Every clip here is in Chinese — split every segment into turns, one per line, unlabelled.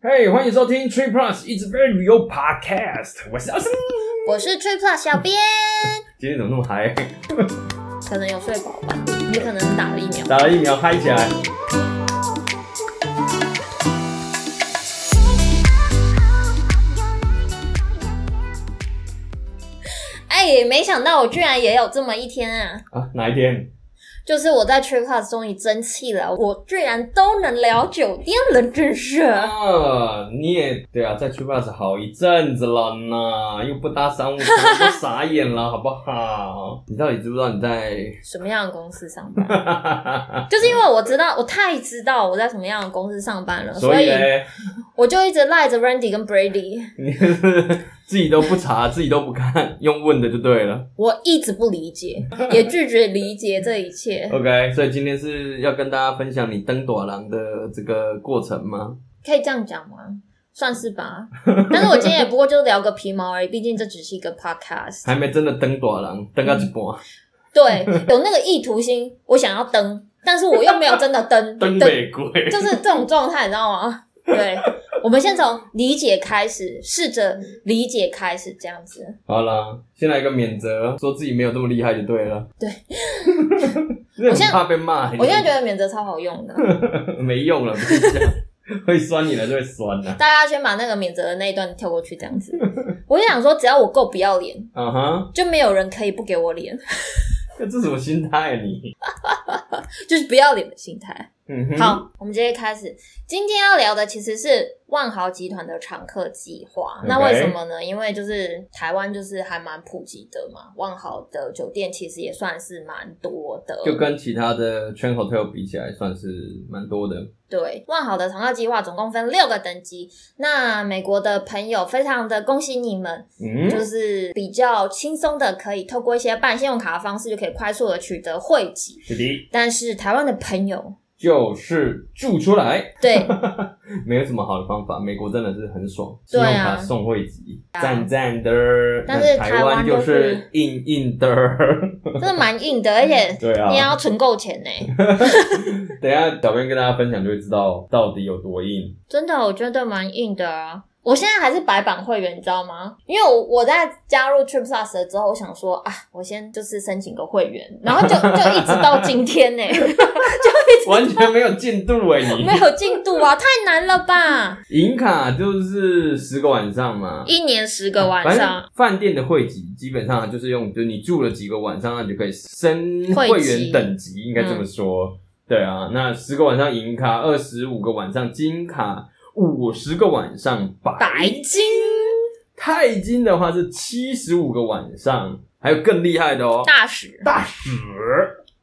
嘿欢迎收听 Tree Plus 一直飞旅游 Podcast，我是阿生。
我是 Tree Plus 小编，
今天怎么那么嗨？
可能有睡饱吧，也可能打了疫苗。
打了疫苗嗨起来。
哎、没想到我居然也有这么一天啊！
啊，哪一天？
就是我在 Tree Plus 终于争气了，我居然都能聊酒店了，真 是。
啊，你也对啊，在 Tree Plus 好一阵子了呢，又不搭商务舱，都傻眼了，好不好？你到底知不知道你在？
什么样的公司上班？ 就是因为我知道，我太知道我在什么样的公司上班了，所
所以
以
嘞，
我就一直赖着 Randy 跟 Brady，
你是 自己都不查，自己都不看，用问的就对了。
我一直不理 解，也拒绝理解这一切。
OK，所以今天是要跟大家分享你登短廊的这个过程吗？
可以这样讲吗？算是吧，但是我今天也不过就聊个皮毛而已，毕竟这只是一个 podcast。
还没真的登短廊，登到一半。
对，有那个意图心，我想要登，但是我又没有真的登
登北鬼，
就是这种状态，你知道吗？对，我们先从理解开始，试着理解开始，这样子。
好啦，先来一个免责，说自己没有这么厉害就对了。
对，
我
我现在
怕被骂，
我现在觉得免责超好用的，
得没用了，不是这样，会酸你了就会酸了。
大家先把那个免责的那一段跳过去，这样子。我就想说，只要我够不要脸，
啊哈，
就没有人可以不给我脸，
这是什么心态啊你？
就是不要脸的心态。
嗯哼，，
好，我们直接开始。今天要聊的其实是万豪集团的常客计划。那
OK
为什么呢？因为就是台湾就是还蛮普及的嘛，万豪的酒店其实也算是蛮多的。
就跟其他的圈 hotel 比起来，算是蛮多的。
对，万豪的常客计划总共分六个等级。那美国的朋友非常的恭喜你们，
嗯，
就是比较轻松的可以透过一些办信用卡的方式就可以快速的取得汇集。
弟弟
但是台湾的朋友，
就是住出来，
对
没有什么好的方法。美国真的是很爽，信
对啊
用卡送汇集，赞赞的。
但是
那
台
台
湾
就
就是是
硬硬的。
真的蛮硬的，而且
对啊，
你也要存够钱呢、
等一下小编跟大家分享就会知道到底有多 硬。
真的，我觉得蛮硬的啊。我现在还是白板会员，你知道吗？因为我我在加入 Trip Plus 了之后，我想说啊，我先就是申请个会员，然后就就一直到今天呢、
完全没有进度哎、
没有进度啊，太难了吧？
你银卡就是十个晚上嘛，
一年十个晚
反
上
正，饭店的会籍基本上就是用，就是你住了几个晚上，那你就可以升
会
会
籍嗯
员等级，应该这么说。对啊，那十个晚上银卡，二十五个晚上金卡，五十个晚上白
白金
钛金的话是七十五个晚上，还有更厉害的哦，
大使，
大使，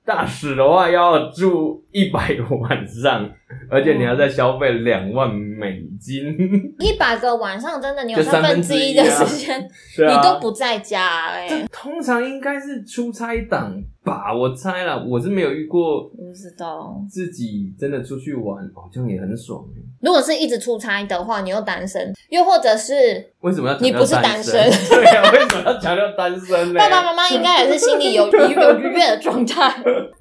大使的话要住一百个晚上，而且你要再消费两万美 金，
一百个晚上，真的你有
就
三分之一的
三分之一啊
时间、
对啊，
你都不在家哎、
通常应该是出差党吧，我猜啦，我是没有遇过
我不知道。
自己真的出去玩，好像也很爽欸
如果是一直出差的话，你又单身，又或者是
为什么要强调
你不是
单
单身
对啊，为什么要强调单身呢？
爸爸妈妈应该也是心里有有有愉悦的状 态，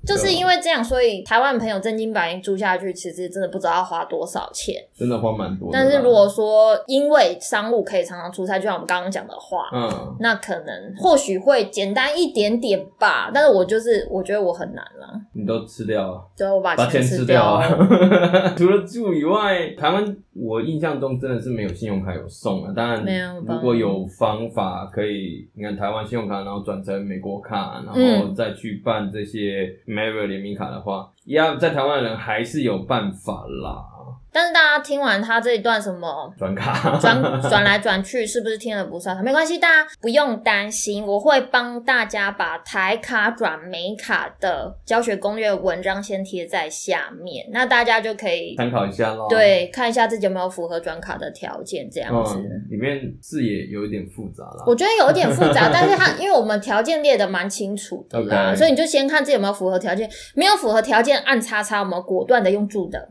就是因为这样，所以台湾朋友真金白银住下去，其实真的不知道要花多少钱。
真的花蛮多的啦。
但是如果说因为商务可以常常出差，就像我们刚刚讲的话，
嗯，
那可能或许会简单一点点吧。但是我就是我觉得我很难了，
你都吃掉了。
所以我把
把钱
钱
吃
吃
掉
了
啊！ 除了住以外，台湾我印象中真的是没有信用卡有送啊。当然，
没有吧
如果有方法可以，你看台湾信用卡，然后转成美国卡，然后
嗯
再去办这些 Marriott 联名卡的话，呀，在台湾的人还是有办法啦，
但是大家听完他这一段什么
转卡。
转转来转去，是不是听了不少？没关系，大家不用担心，我会帮大家把台卡转美卡的教学攻略文章先贴在下面，那大家就可以
参考一下咯。，
对看一下自己有没有符合转卡的条件，这样子。
嗯，里面字也有一点复杂啦。
我觉得有点复杂，但是它因为我们条件列的蛮清楚的啦
OK
所以你就先看自己有没有符合条件，没有符合条件按叉叉，我们果断的用住 的。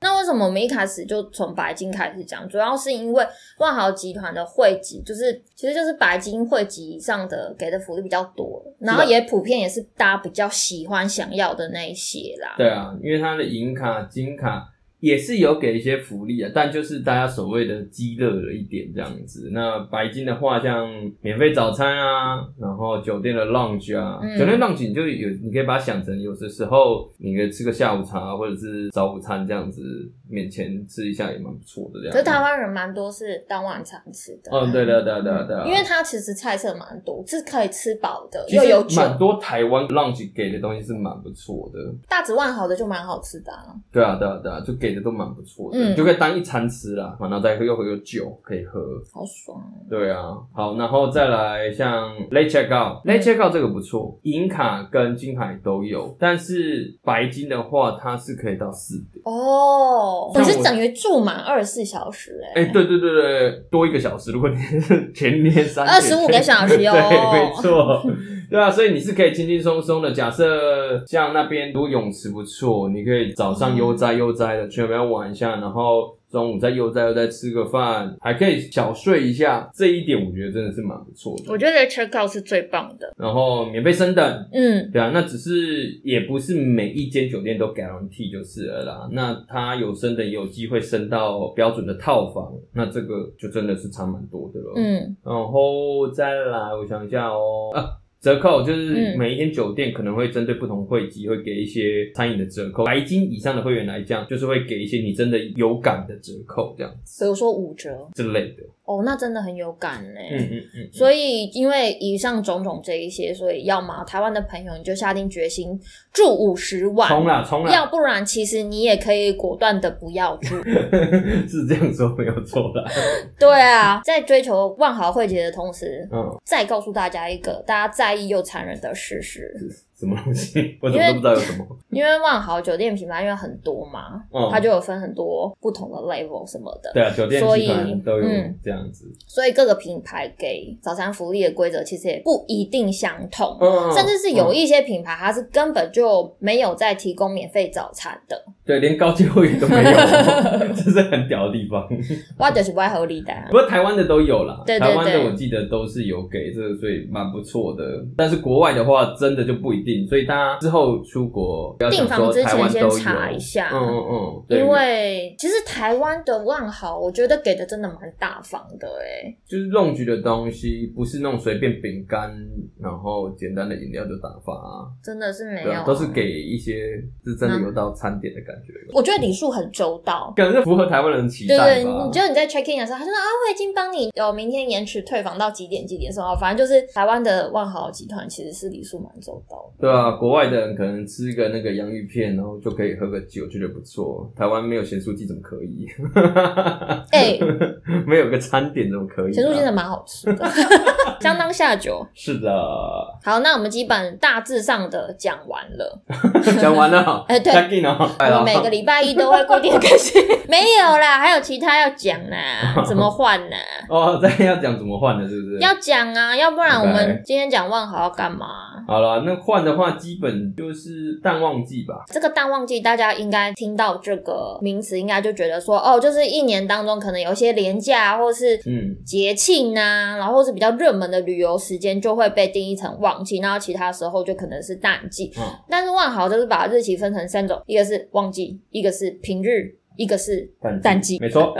那为什么我们一开始就从白金开始讲？主要是因为万豪集团的汇集，就是其实就是白金汇集以上的给的福利比较多，然
啊
后也普遍也是大家比较喜欢想要的那一些啦。
对啊，因为它的银卡、金卡也是有给一些福利啊，但就是大家所谓的鸡肋了一点这样子。那白金的话，像免费早餐啊，然后酒店的 lounge 啊，
嗯
酒店 lounge 你就有，你可以把它想成有的时候你可以吃个下午茶或者是早午餐这样子，免钱吃一下也蛮不错的这样子。
可是台湾人蛮多是当晚餐吃的。
哦，对的，对的，对的对的，
因为它其实菜色蛮多，是可以吃饱的，
其
又
实
有酒。
蛮多台湾 lounge 给的东西是蛮不错的。
大直万豪的就蛮好吃的、啊，
对啊，对啊，对啊，就给的都蛮不错的，
嗯
就可以当一餐吃啦，然后再又会有酒可以喝。
好爽啊。
对啊，好，然后再来像 late check out，late check out 这个不错，银卡跟金牌都有，但是白金的话它是可以到四点。
哦，
像
可
我
是等于住满二十四小时哎、
哎、对对对对，多一个小时，如果你是前年三天
25个小时哟
对，没错，对啊，所以你是可以轻轻松松的。假设像那边如果泳池不错，你可以早上悠哉悠哉的去那边玩一下，然后中午再悠哉悠哉吃个饭，还可以小睡一下，这一点我觉得真的是蛮不错的。
我觉得 check out 是最棒的。
然后免费升等，
嗯，
对啊，那只是也不是每一间酒店都 guarantee 就是了啦。那它有升的也有机会升到标准的套房，那这个就真的是差蛮多的了。，
嗯，
然后再来，我想一下哦，啊。折扣就是
嗯
每一间酒店可能会针对不同会籍会给一些餐饮的折扣，白金以上的会员来讲，就是会给一些你真的有感的折扣这样子
比如说五折，
之类的。
哦，那真的很有感呢、
嗯嗯嗯，
所以，因为以上种种这一些，所以要么台湾的朋友你就下定决心住五十
冲
晚，
啦冲
要
啦，
不然其实你也可以果断的不要住。
是这样说没有错啦。
对啊，在追求万豪汇集的同时，
嗯，
再告诉大家一个大家在意又残忍的事实，
什么东西？我怎么都不知道有什么。
因为万豪酒店品牌因为很多嘛，
嗯，
它就有分很多不同的 level 什么的，
对啊，酒店
所
集
以
团都有
嗯
这样子，
所以各个品牌给早餐福利的规则其实也不一定相同。
嗯
甚至是有
嗯
一些品牌，它是根本就没有在提供免费早餐的，
对，连高级会员都没 有，这是很屌的地方。
我就是不太合理的啊、
不过台湾的都有啦，
对对
台湾的
对
我记得都是有给这个，所以蛮不错的。但是国外的话，真的就不一定，所以大家之后出国不要
订
想
房
说
之
台
前
湾都
先
有。
查一下，
嗯嗯嗯，对
因为其实台湾的万豪，我觉得给的真的蛮大方的哎、
就是弄局的东西，不是那种随便饼干，然后简单的饮料就打发、啊，
真的是没
对
有、
啊，都是。给一些是真的有到餐点的感觉，
我觉得礼数很周到，
可能是符合台湾人的期
嗯对
待
对，
吧
你。就你在 check in 的时候，他就说啊，我已经帮你有明天延迟退房到几点几点什么，反正就是台湾的万豪集团其实是礼数蛮周到的。
对啊，国外的人可能吃个那个洋芋片，然后就可以喝个酒，觉得不错。台湾没有咸酥鸡怎么可以？
哎、
没有个餐点怎么可以、啊？
咸酥鸡真的蛮好吃 的， 相当下酒。
是的，
好，那我们基本大致上的讲完了。
讲完了。
哎对
将近哦，
我
哎
们
呀
每个礼拜一都会固定更 新，没有啦，还有其他要讲啦，怎么换呢？
哦，这要讲怎么换的，是不是？
要讲啊，要不然我
OK
们今天讲万豪要干嘛？啊
好了，那换的话，基本就是淡旺季吧。
这个淡旺季，大家应该听到这个名词，应该就觉得说，哦，就是一年当中可能有一些廉价或是
嗯
节庆呐，然后是比较热门的旅游时间，就会被定义成旺季，然后其他时候就可能是淡季。
嗯
但是万豪就是把日期分成三种，一个是旺季，一个是平日，一个是淡季。
没 错，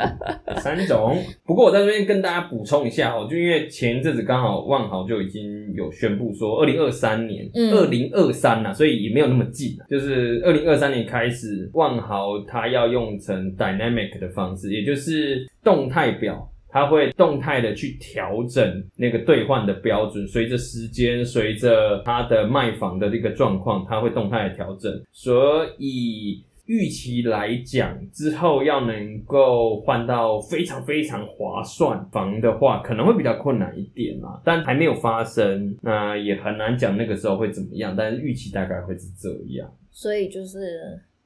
三种。不过我在这边跟大家补充一下哦，就因为前一阵子刚好万豪就已经有宣布说，二零二三年，
嗯
二零二三呐，所以也没有那么近啊，就是二零二三年开始，万豪它要用成 dynamic 的方式，也就是动态表。它会动态的去调整那个兑换的标准，随着时间，随着它的卖房的这个状况，它会动态的调整。所以预期来讲，之后要能够换到非常非常划算房的话，可能会比较困难一点啦。但还没有发生，那也很难讲那个时候会怎么样。但是预期大概会是这样。
所以就是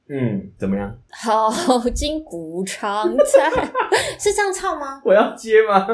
嗯，怎么样？
好金不常在，是这样唱吗？
我要接吗？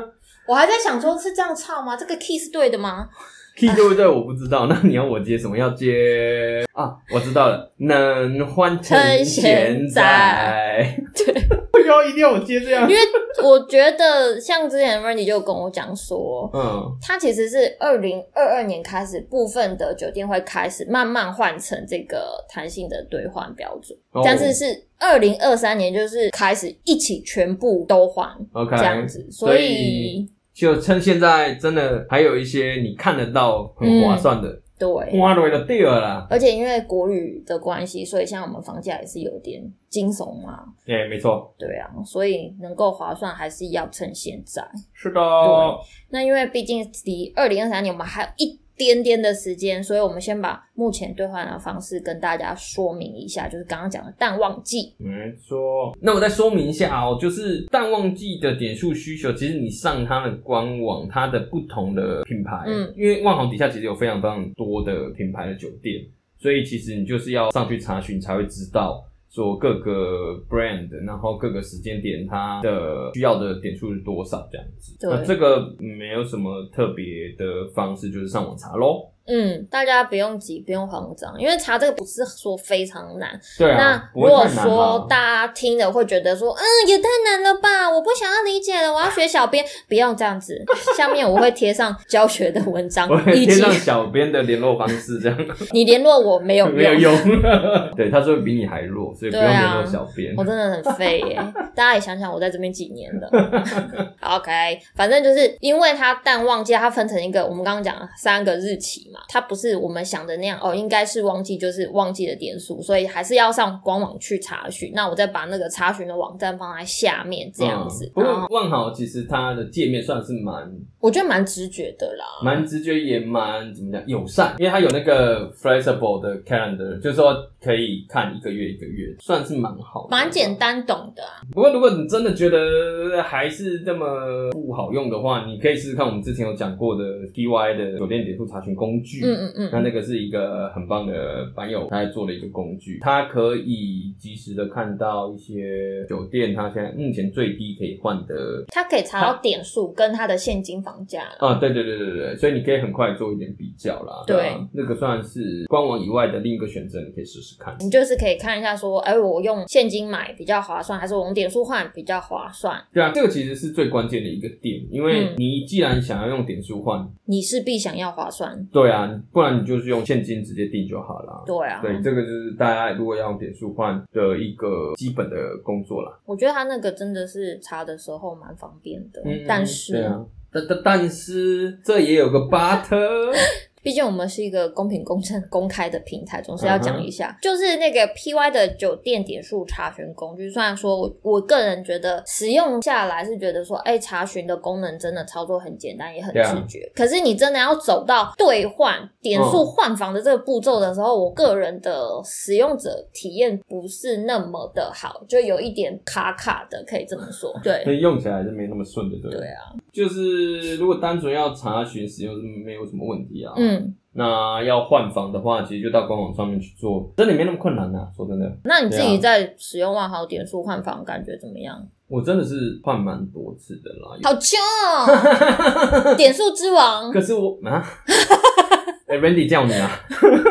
我还在想说，是这样唱吗？这个 key 是对的吗？
key 对不对？我不知道。 那你要我接什么？要接啊？我知道了，能换成
贤
贤 仔。对，为什么一定要我接这样
因？为我觉得像之前 Randy 就跟我讲说，
嗯，
他其实是二零二二年开始，部分的酒店会开始慢慢换成这个弹性的兑换标准，
哦
但是是二零二三年就是开始一起全部都换
OK
这样子，
所
所
以
以
就趁现在真的还有一些你看得到很
嗯
划算的，
对。
花蕊的第二啦。
而且因为国旅的关系，所以像我们房价也是有点惊悚嘛，
哎、没错，
对啊，所以能够划算还是要趁现在。
是的。
那因为毕竟离二零二三年我们还有一点点的时间，所以我们先把目前兑换的方式跟大家说明一下，就是刚刚讲的淡旺季。
没错，那我再说明一下哦，就是淡旺季的点数需求，其实你上它的官网，它的不同的品牌，
嗯，
因为万豪底下其实有非常非常多的品牌的酒店，所以其实你就是要上去查询才会知道说各个 brand，然后各个时间点它的需要的点数是多少这样子。
对
那这个没有什么特别的方式，就是上网查咯。
嗯，大家不用急，不用慌张，因为查这个不是说非常难。
对
那
啊，不
如
会
果
太难
说
吧？
大家听了会觉得说，嗯，也太难了吧，我不想要理解了，我要学小编，不用这样子。下面我会贴上教学的文 章
我，会
以
贴
及
上小编的联络方式这样。
你联络我没有
没有 用。对，他说比你还弱，所以不用
对啊
联络小编。
我真的很废耶、大家也想想，我在这边几年了。OK，反正就是因为它淡旺季，它分成一个我们刚刚讲的三个日期嘛，它不是我们想的那样哦，应该是旺季就是旺季的点数，所以还是要上官网去查询。那我再把那个查询的网站放在下面这样子
嗯，不
然
过
后
万豪其实它的界面算是蛮
我觉得蛮直觉的啦。
蛮直觉，也蛮怎么讲友善，因为它有那个 flexible 的 calendar，就是说可以看一个月一个月，算是蛮好的，
蛮简。单懂的啊、
不过如果你真的觉得还是这么不好用的话，你可以试试看我们之前有讲过的 DY 的酒店点数查询工具。
嗯嗯嗯，
那那个是一个很棒的版友，他做了一个工具，它可以及时的看到一些酒店，它现在目前最低可以换的。
它可以查到点数跟它的现金房价啦。
啊，对对对对对，所以你可以很快做一点比较啦。
对
啊，那个算是官网以外的另一个选择，你可以试试看。
你就是可以看一下说，哎、我用现金买比较划算，还是我用点数换比较划算？
对啊，这个其实是最关键的一个点，因为
嗯
你既然想要用点数换，
你势必想要划算，
对啊，不然你就是用现金直接订就好啦。
对啊。
对，这个就是大家如果要用点数换的一个基本的工作啦。
我觉得他那个真的是查的时候蛮方便的，
嗯，
但
对
是、
啊，但但但是这也 有个 but，
毕竟我们是一个公平、公正、公开的平台，总是
嗯
要
哼
讲一下。就是那个 PY 的酒店点数查询工具，虽然说我我个人觉得使用下来是觉得说，哎、查询的功能真的操作很简单，也很
对啊
直觉。可是你真的要走到兑换点数
嗯
换房的这个步骤的时候，我个人的使用者体验不是那么的好，就有一点卡卡的，可以这么说。
所
对。
以用起来是没那么顺的，对不
对
啊，就是如果单纯要查询使用是没有什么问题啊。，
嗯，
那要换房的话，其实就到官网上面去做，真的没那么困难啊。说真的，
那你自
对
己
啊
在使用万豪点数换房感觉怎么样？
我真的是换蛮多次的啦。
好穷哦！ 点数之王
可，是我 啊，哎、r a n d y 叫你啊，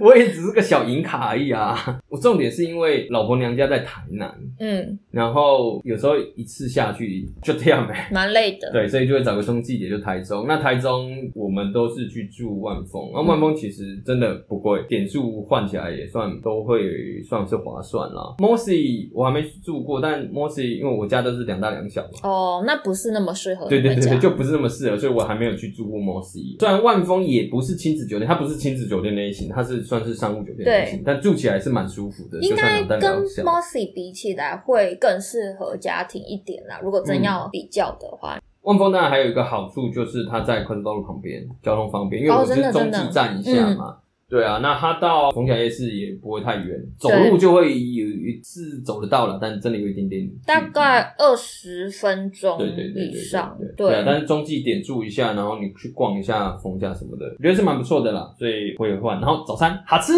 我也只是个小银卡而已啊。我重点是因为老婆娘家在台南，
嗯，
然后有时候一次下去就这样呗、欸
蛮累的。
对，所以就会找个中继点，就台中。那台中我们都是去住万丰，那万丰其实真的不贵，点数换起来也算都会算是划算啦。Mossy 我还没住过，但 Mossy 因为我家都是两大两小嘛。
哦，那不是那么适合
对对
你们
对
家
对，就不是那么适合，所以我还没有去住过 Mossy。虽然万丰也不是亲子酒店，它不是亲子酒店类型，它是算是商务酒店类型，但住起来是蛮舒服的，
应
就算
该
两大
跟
两小。
Mossy 比起来会更适合家庭一点啦。如果
嗯
真要比较的话，
万丰当然还有一个好处就是它在快速道路旁边，交通方便，因为
哦
我是
真的嗯
中
真的
继站一下嘛。对啊，那它到逢甲夜市也不会太远，走
对
路就会有一次走得到了，但真的有一点点距离
大概二十分钟
对对对对
以
对
上
对。啊，但
对，
是中继点住一下，然后你去逛一下逢甲什么的，我觉得是蛮不错的啦，所以我也换。然后早餐好吃，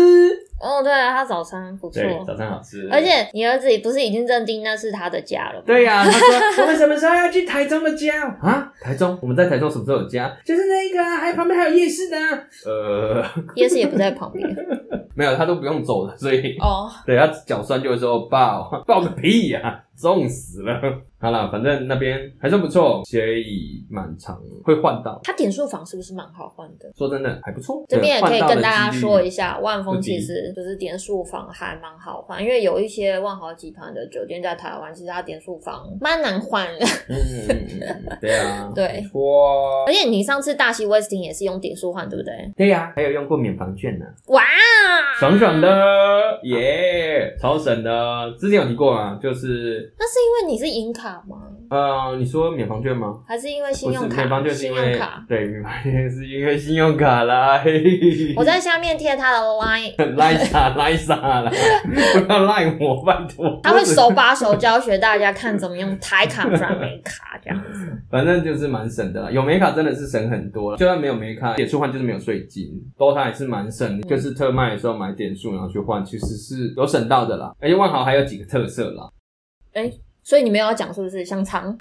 哦，对啊，他早餐不错，
对，早餐好吃。
而且你儿子不是已经认定那是他的家了吗？
对呀、他说我们什么时候要去台中的家啊？台中，我们在台中什么时候有家？就是那个、啊，还旁边还有夜市的、啊。呃，
夜 市也不在旁边
没有，他都不用走了，所以
哦。
对他脚酸就会说抱抱个屁呀、重死了。好啦，反正那边还算不错，协议蛮长，会换到。
他点数房是不是蛮好换的？
说真的还不错，
这边也可以跟大家说一
下。
下，万
不
丰
低
其实就是点数房还蛮好换，因为有一些万豪集团的酒店在台湾，其实它点数房蛮难换的。
嗯，嗯嗯嗯对啊，
对
不错哦
而且你上次大西威斯汀也是用点数换，对不对？
对呀、还有用过免房券呢、
哇，
爽爽。的耶超省的。之前有提过吗？就是
那是因为你是银卡吗？
呃，你说免房券吗？
还是因为信
不是
用
免房
卡？
券是
信
因
用
为
卡。
对，免房券是因为信用卡啦。嘿嘿嘿
我在下面贴他的 line，
赖傻赖傻 啦，不要赖我，拜托。
他会
我只
手把手教学大家看怎么用台卡不然美卡这样子。
反正就是蛮省的啦，有美卡真的是省很多了。就算没有美卡，点数换就是没有税金，DOTA 还是蛮省的。
嗯
就是特卖的时候买点数，然后去换，其实是有省到的啦。而且万豪还有几个特色啦，
所以你没有要讲是不是？香肠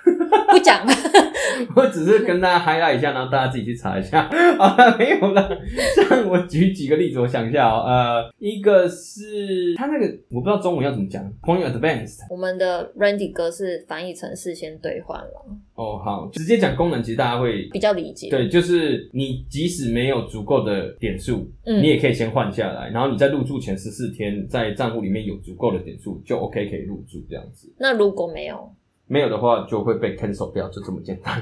不讲，
我只是跟大家 highlight 一下，然后大家自己去查一下。 好了，没有了。像我举几个例子，我想一下哦，呃，一个是它那个我不知道中文要怎么讲，Point Advanced。
我们的 Randy 哥是翻译成事先兑换了，
哦，好，直接讲功能，其实大家会
比较理解。，
对，就是你即使没有足够的点数，
嗯
你也可以先换下来，然后你在入住前十四天，在账户里面有足够的点数，就 OK 可以入住这样子。
那如果没有，
没有的话就会被 cancel 掉，就这么简单。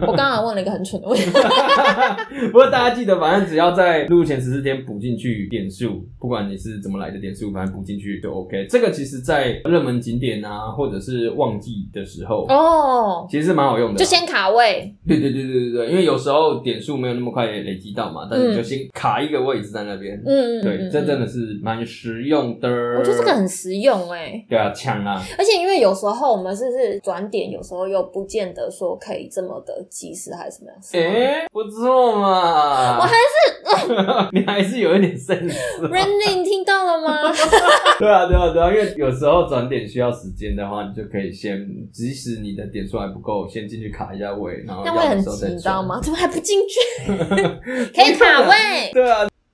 我刚刚问了一个很蠢的问题，
不过大家记得，反正只要在入前十四天补进去点数，不管你是怎么来的点数，反正补进去就 OK。这个其实在热门景点啊，或者是旺季的时候，
哦，
其实是蛮好用的啦。
就先卡位，
对对对对对对，因为有时候点数没有那么快累积到嘛，但是你就先卡一个位置在那边。
嗯嗯，嗯
对，
嗯
这真
嗯
的是蛮实用的。
我觉得这个很实用哎、
对啊，抢啊！
而且因为有时候我们是不是转点，有时候又不见得说可以这么的及时还是怎么样。是吗
诶、不错嘛！
我还哦
是， 你还是有一点 sense。
Randy，你听到 了吗？
对啊，对啊，对啊，因为有时候转点需要时间的话，你就可以先，即使你的点数还不够，先进去卡一下位，然后
那会
要的
很
时候
急，
再
你知道
转？
吗？怎么还不进 去？可以卡位，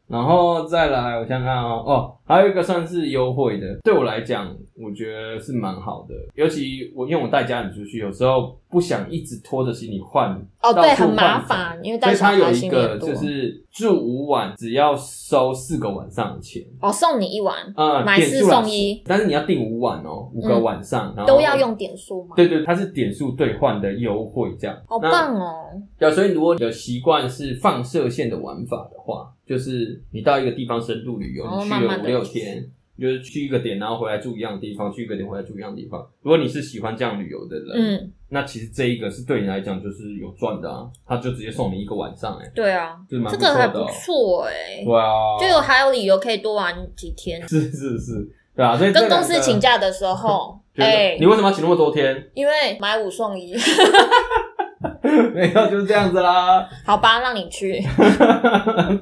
然后再来，我想想看哦，哦，还有一个算是优惠的，对我来讲，我觉得是蛮好的。尤其我因为我带家人出去，有时候不想一直拖着行李换，
哦，
到
对，
处
很麻
换
烦，因为
所
带
以
小
它有
孩
一
心里
个
很多
就。是住五晚，只要收四个晚上的钱，
哦，送你一碗，
呃，
买
点
四
数啦
送一，
但是你要订五晚哦，五个
嗯
晚上，然后
都要。用点数吗？
对对，它是点数兑换的优惠，这样
好
那
棒哦！
对啊，所以如果你的习惯是放射线的玩法的话，就是你到一个地方深度旅游，
哦
你
慢
去
慢
了
地
五六天，就是去一个点，然后回来住一样的地方，去一个点回来住一样的地方。如果你是喜欢这样旅游的人，，
嗯，
那其实这一个是对你来讲就是有赚的啊，他就直接送你一个晚上、欸，哎，
对啊，
是蛮
这
不错的
个还
哦
不错哎，
对啊，
就有还有理由可以多玩几天。
是是是，对啊，所以这
跟
两
公
个
司请，假的时候，
就是
哎
你，为什么要请那么多天？
因为买五送一，
没有，就是这样子啦。
好吧，让你 去。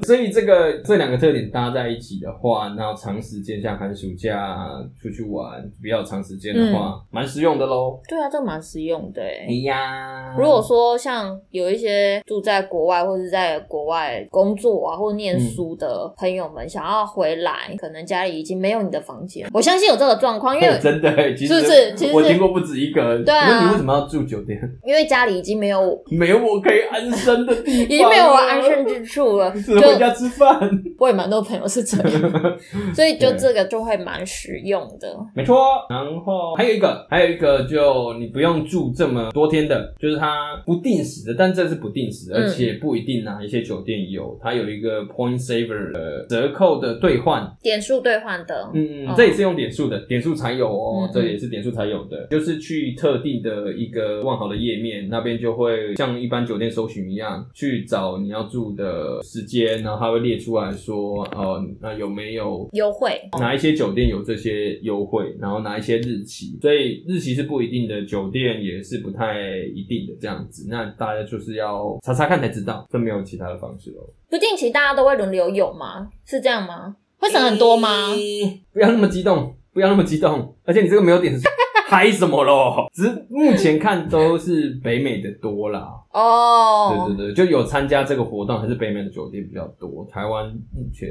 所以这个这两个特点搭在一起的话，然后长时间像寒暑假出去玩，比较长时间的
嗯
话，蛮、实用的喽。
对啊，这个蛮实用的哎
哎。呀，
如果说像有一些住在国外或是在国外工作啊，或念书的朋友们想要回来，可能家里已经没有你的房间，我相信有这个状况，因为
对 真的、其实
是不是其实是
我听过不止一个。
对啊
我说你为什么要住酒店？
因为家里已经没有，
没有我可以安身的地方，
已经没有我安， 身之处了，
只能回
就
家吃饭。
我也蛮多朋友是这样， 所以就
对
这个就会蛮实用的。
没错，然后还有一个，还有一个就你不用住这么多天的，就是它不定时的，但这是不定时，
嗯
而且不一定啊哪一些酒店有，它有一个 point saver 的折扣的兑换，
点数兑换的，
嗯，
哦
嗯，这也是用点数的，点数才有哦
嗯，
这也是点数才有的，就是去特定的一个万豪的页面那边就会像一般酒店搜寻一样，去找你要住的时间，然后它会列出来说，呃，那有没有
优惠
哪一些酒店有这些优惠，然后哪一些日期，所以日期是不一定的，酒店也是不太一定的这样子，那大家就是要查查看才知道，这没有其他的方式哦。
不定期大家都会轮流有吗？是这样吗？会省很多吗？
咦不要那么激动，不要那么激动，而且你这个没有点数 嗨什么咯？只是目前看都是北美的多啦。
哦
对，对对，就有参加这个活动，还是北美的酒店比较多。台湾目前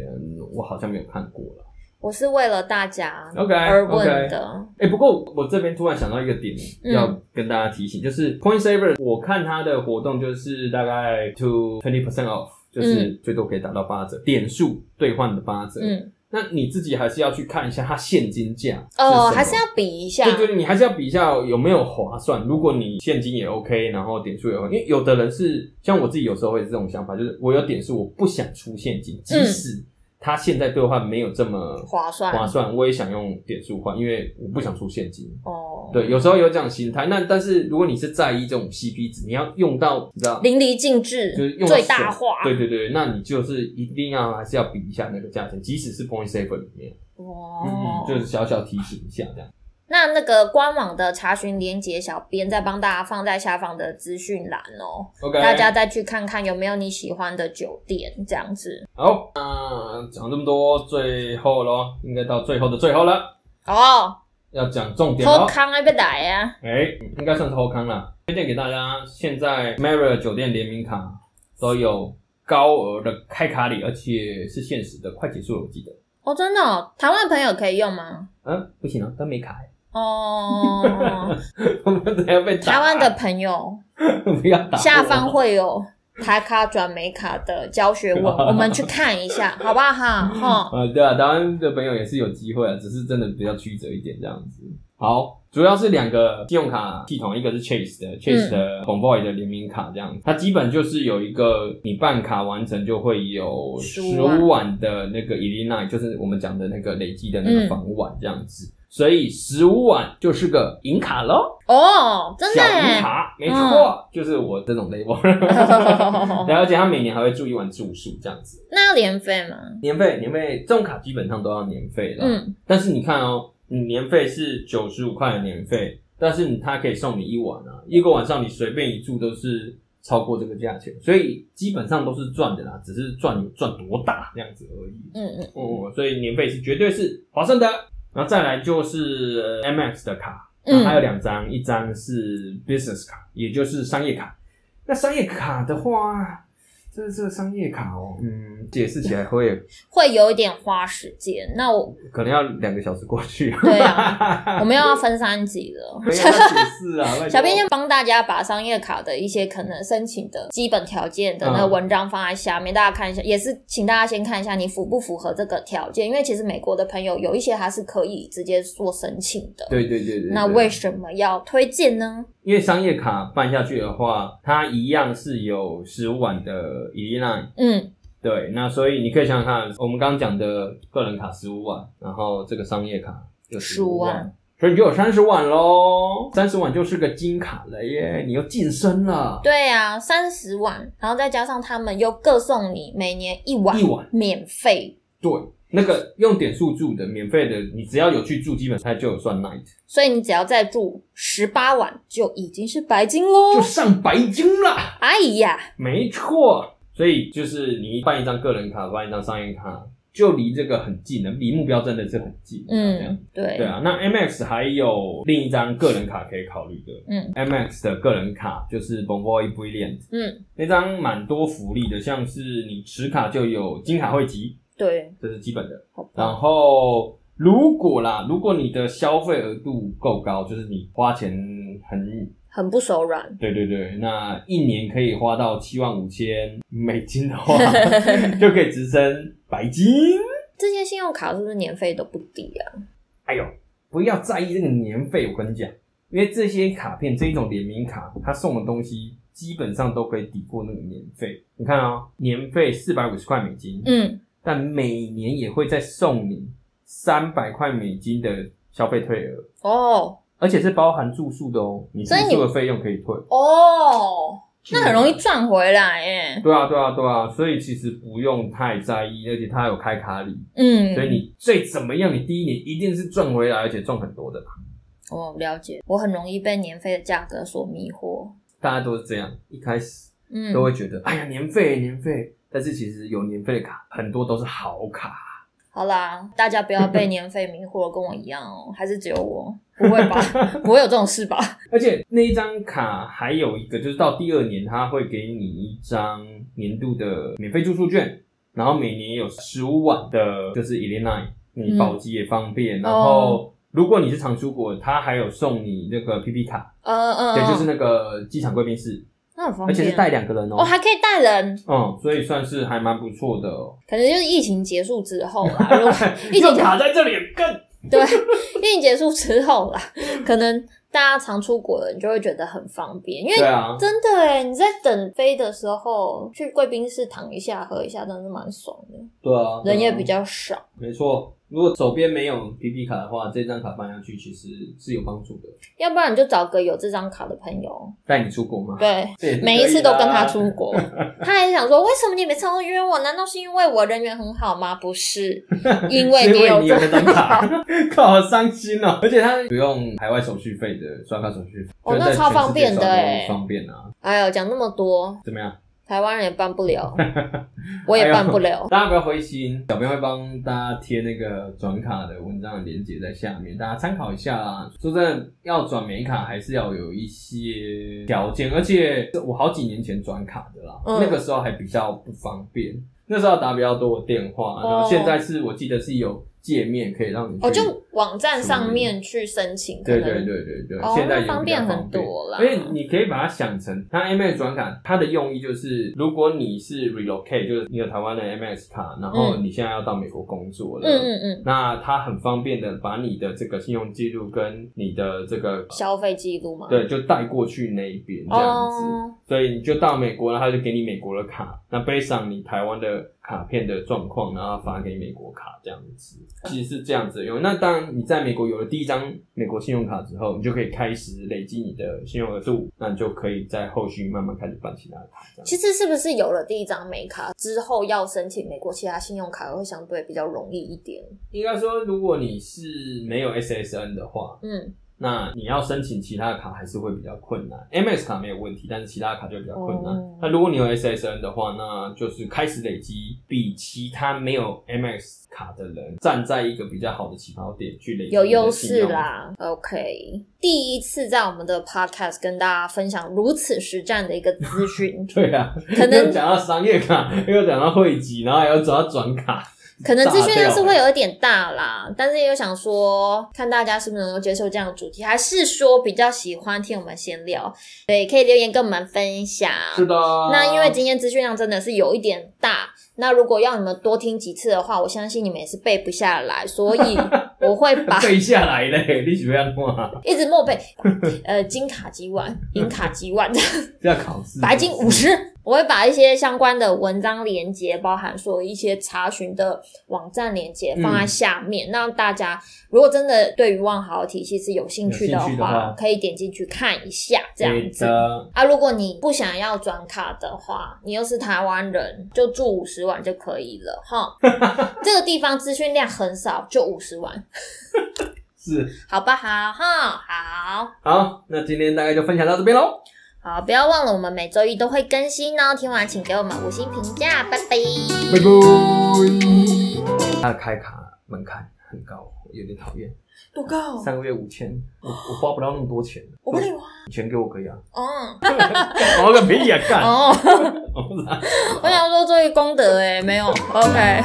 我好像没有看过了。
我是为了大家
OK，
而问
哎 OK
的。
哎、不过我这边突然想到一个点，
嗯
要跟大家提醒，就是 Coin Saver，我看它的活动就是大概 to twenty percent off，就是最多可以打到八折，点数兑换的八折。
嗯，
那你自己还是要去看一下它现金价
哦，
什么
还是要比一下。
对对对，你还是要比一下有没有划算。如果你现金也 OK，然后点数也 OK，因为有的人是像我自己有时候会有这种想法，就是我有点数，我不想出现金，即使它现在兑换没有这么
嗯划算
划算，我也想用点数换，因为我不想出现金。
哦，
对，有时候有这样的心态。那但是如果你是在意这种 CP 值，你要用到你知道。
淋漓尽
就是
致，
用到
最大
手
化。
对对对，那你就是一定要还是要比一下那个价钱，即使是 Point Saver 里面，
哦
嗯，就是小小提醒一下这样。
那那个官网的查询连接，小编再帮大家放在下方的资讯栏哦，
OK，
大家再去看看有没有你喜欢的酒店这样子。
好，那讲这么多，最后咯，应该到最后的最后了，
哦，
要讲重点
偷
咯。
康还被打呀？
哎、应该算是后康啦，推荐给大家，现在 Marriott 酒店联名卡都有高额的开卡礼，而且是限时的，快结束了，我记得。
哦，真的、哦，台湾的朋友可以用吗？
嗯，不行啊，但没卡、
哦，
我们等下被打
台湾的朋友
不要打我
下方会有台卡转美卡的教学 文，我们去看一下，好不好？哈，
啊，对啊，台湾的朋友也是有机会啊，只是真的比较曲折一点这样子。好，主要是两个信用卡系统，一个是 Chase 的 Chase
嗯
的 Convoy 的联名卡这样子，它基本就是有一个你办卡完成就会有十
15
五万的那个 e l i n a 就是我们讲的那个累积的那
嗯
个房晚这样子，所以十五万就是个银卡喽，
哦，真的
小银
耶，嗯
卡，没错，就是我这种 label。对，而且他每年还会住一晚住宿这样子，
那要连费吗？
年费年费，这种卡基本上都要年费啦。
嗯，
但是你看哦，你年费是九十五块的年费，但是你它可以送你一晚啊，一个晚上你随便一住都是超过这个价钱，所以基本上都是赚的啦，只是赚有赚多大这样子而已。
嗯嗯，
哦、所以年费是绝对是划算的。然后再来就是呃 MX 的卡，
嗯
然后还有两张，一张是 business 卡，也就是商业卡。那商业卡的话，这这个商业卡哦，嗯，解释起来会
会有一点花时间。那我
可能要两个小时过去。
对 啊，我们又要分三集了。
没有要解释 啊，拜托
小编先帮大家把商业卡的一些可能申请的基本条件
嗯
的那个文章放在下面，大家看一下，也是请大家先看一下你符不符合这个条件，因为其实美国的朋友有一些他是可以直接做申请的。
对对对对对，
那为什么要推荐呢？
因为商业卡办下去的话，它一样是有十五万的 e l i n e
嗯，
对，那所以你可以想想看，我们刚刚讲的个人卡十五万，然后这个商业卡就
15
万
万，
所以你就有三十万喽，三十万就是个金卡了耶，你又晋升了。
对啊，三十万，然后再加上他们又各送你每年一晚
一晚
免费，
对，那个用点数住的免费的，你只要有去住，基本它就有算 night，
所以你只要再住十八晚就已经是白金喽
就。上白金啦。
哎呀，
没错，所以就是你办一张个人卡，办一张商业卡，就离这个很近了，离目标真的是很近。这样
嗯，对，
对啊。那 MX 还有另一张个人卡可以考虑的，
嗯
，MX 的个人卡就是 Bonvoy Brilliant
嗯，
那张蛮多福利的，像是你持卡就有金卡汇集，
对，
这是基本的。
好吧。
然后如果啦，如果你的消费额度够高，就是你花钱很
很不手软。
对对对，那一年可以花到七万五千美金的 话，就可以直升白金。
这些信用卡是不是年费都不低啊？
哎呦，不要在意这个年费，我跟你讲，因为这些卡片这一种联名卡，它送的东西基本上都可以抵过那个年费。你看哦，年费四百五十块美金，
嗯，
但每年也会再送你三百块美金的消费退额，
哦
而且是包含住宿的哦，你住
所以你
宿的费用可以退。嗯
哦，那很容
易。
易赚回来 耶。
对啊，对啊，对啊，所以其实不用太在意，而且它有开卡礼，
嗯，
所以你最怎么样，你第一年一定是赚回来，而且赚很多的啦。
我哦了解，我很容易被年费的价格所迷惑。
大家都是这样，一开始
嗯，
都会觉得，哎呀，年费年费，但是其实有年费的卡，很多都是好卡，
好啦，大家不要 被年费迷惑了，跟我一样哦，还是只有我？不会吧？不会有这种事吧？
而且那一张卡还有一个，就是到第二年，它会给你一张年度的免费住宿券，然后每年有十五晚的，就是 e l e n i
嗯
你保级也方便。然
哦
后如果你是常出国，它还有送你那个 PP 卡，
嗯嗯，
对，就是
嗯
那个机场贵宾室，
那很方
而
便，
且是带两个人哦、
哦，还可以带人，
嗯，所以算是还蛮不错的、 哦。
可能就是疫情结束之后啦。如果疫情
又卡在这里更
对，疫情结束之后啦，可能大家常出国的人就会觉得很方便，因
对
为
啊，
真的哎，你在等飞的时候去贵宾室躺一下、喝一下，真的是蛮爽的，
对啊，
人也
对啊
比较少。
没错。如果手边没有 PP 卡的话，这张卡搬下去其实是有帮助的。
要不然你就找个有这张卡的朋友，
带你出国吗？
对，
这也是可以的啊
每一次都跟他出 国，他还想说为什么你每次都约我？难道是因为我人缘很好吗？不是，因为
是
你
因为
有
你有
这
那张卡， 靠，好伤心哦！而且他不用海外手续费的刷卡手续费，
哦
就是
那
在
超
全世界
方便的
刷都
欸
方便啊！
哎呦，讲那么多，
怎么样？
台湾人也办不 了，我
哎
也办不了。
大家不要灰心，小编会帮大家贴那个转卡的文章的链接在下面，大家参考一下啦。说真的，要转美卡还是要有一些条件，而且我好几年前转卡的啦，
嗯
那个时候还比较不方便，那时候打比较多的电话，然
哦
后现在是我记得是有界面可以让你
哦，
去
就网站上面去申请，可
对对
能
对对对，
哦
现在
那
也比较
方便
便
很多啦
因为你可以把它想成，它 M S 转卡，它的用意就是，如果你是 relocate，就是你有台湾的 M S 卡，然后你现在要到美国工作了，
嗯嗯嗯，
那它很方便的把你的这个信用记录跟你的这个
消费记录嘛，
对，就带过去那一边这样子，
哦，
所以你就到美国，然后他就给你美国的卡，那 based on 你台湾的卡片的状况，然后发给美国卡这样子，其实是这样子的用。那当然，你在美国有了第一张美国信用卡之后，你就可以开始累积你的信用额度，那你就可以在后续慢慢开始办其他的卡。这样
其实是不是有了第一张美卡之后，要申请美国其他信用卡会相对比较容易一点？
应该说，如果你是没有 SSN 的话，
嗯，
那你要申请其他的卡还是会比较困难。MS 卡没有问题，但是其他的卡就比较困难。
哦
那如果你有 SSN 的话，那就是开始累积，比其他没有 MS 卡的人站在一个比较好的起跑点去累积
有
你的
优
信
势
用。，
啦。OK，第一次在我们的 Podcast 跟大家分享如此实战的一个资讯
对啊，
可能
又讲到商业卡，又讲到汇集，然后还要讲到转卡，
可能资讯量是
炸掉
会有一点大啦，但是也有想说，看大家是不是能够接受这样的主题，还是说比较喜欢听我们闲聊，对，可以留言跟我们分享。
是的。啊
那因为今天资讯量真的是有一点大，那如果要你们多听几次的话，我相信你们也是背不下来，所 以我会把
背下来嘞，你喜欢看？
一直默背，呃，金卡几万，银卡几万，
这要考试？
白金五十。我会把一些相关的文章连接，包含说一些查询的网站连接放在下面，那让大家如果真的对于万豪体系是有兴趣的
有兴趣的话
可以点进去看一下，这样
对
子。
的，
啊，如果你不想要转卡的话，你又是台湾人，就住五十万就可以了 哈。这个地方资讯量很少，就五十万，
是
好不好？哈，好。
好，那今天大概就分享到这边喽，
好，不要忘了我们每周一都会更新哦。听完请给我们五星评价，拜拜。
拜拜。他的开卡门槛很高，我有点讨厌。
多高？
三个月五千，我我花不到那么多钱，
我跟你玩。
钱给我可以啊，
哦
我个屁呀干！
哦，我想说作为功德哎，没有。OK。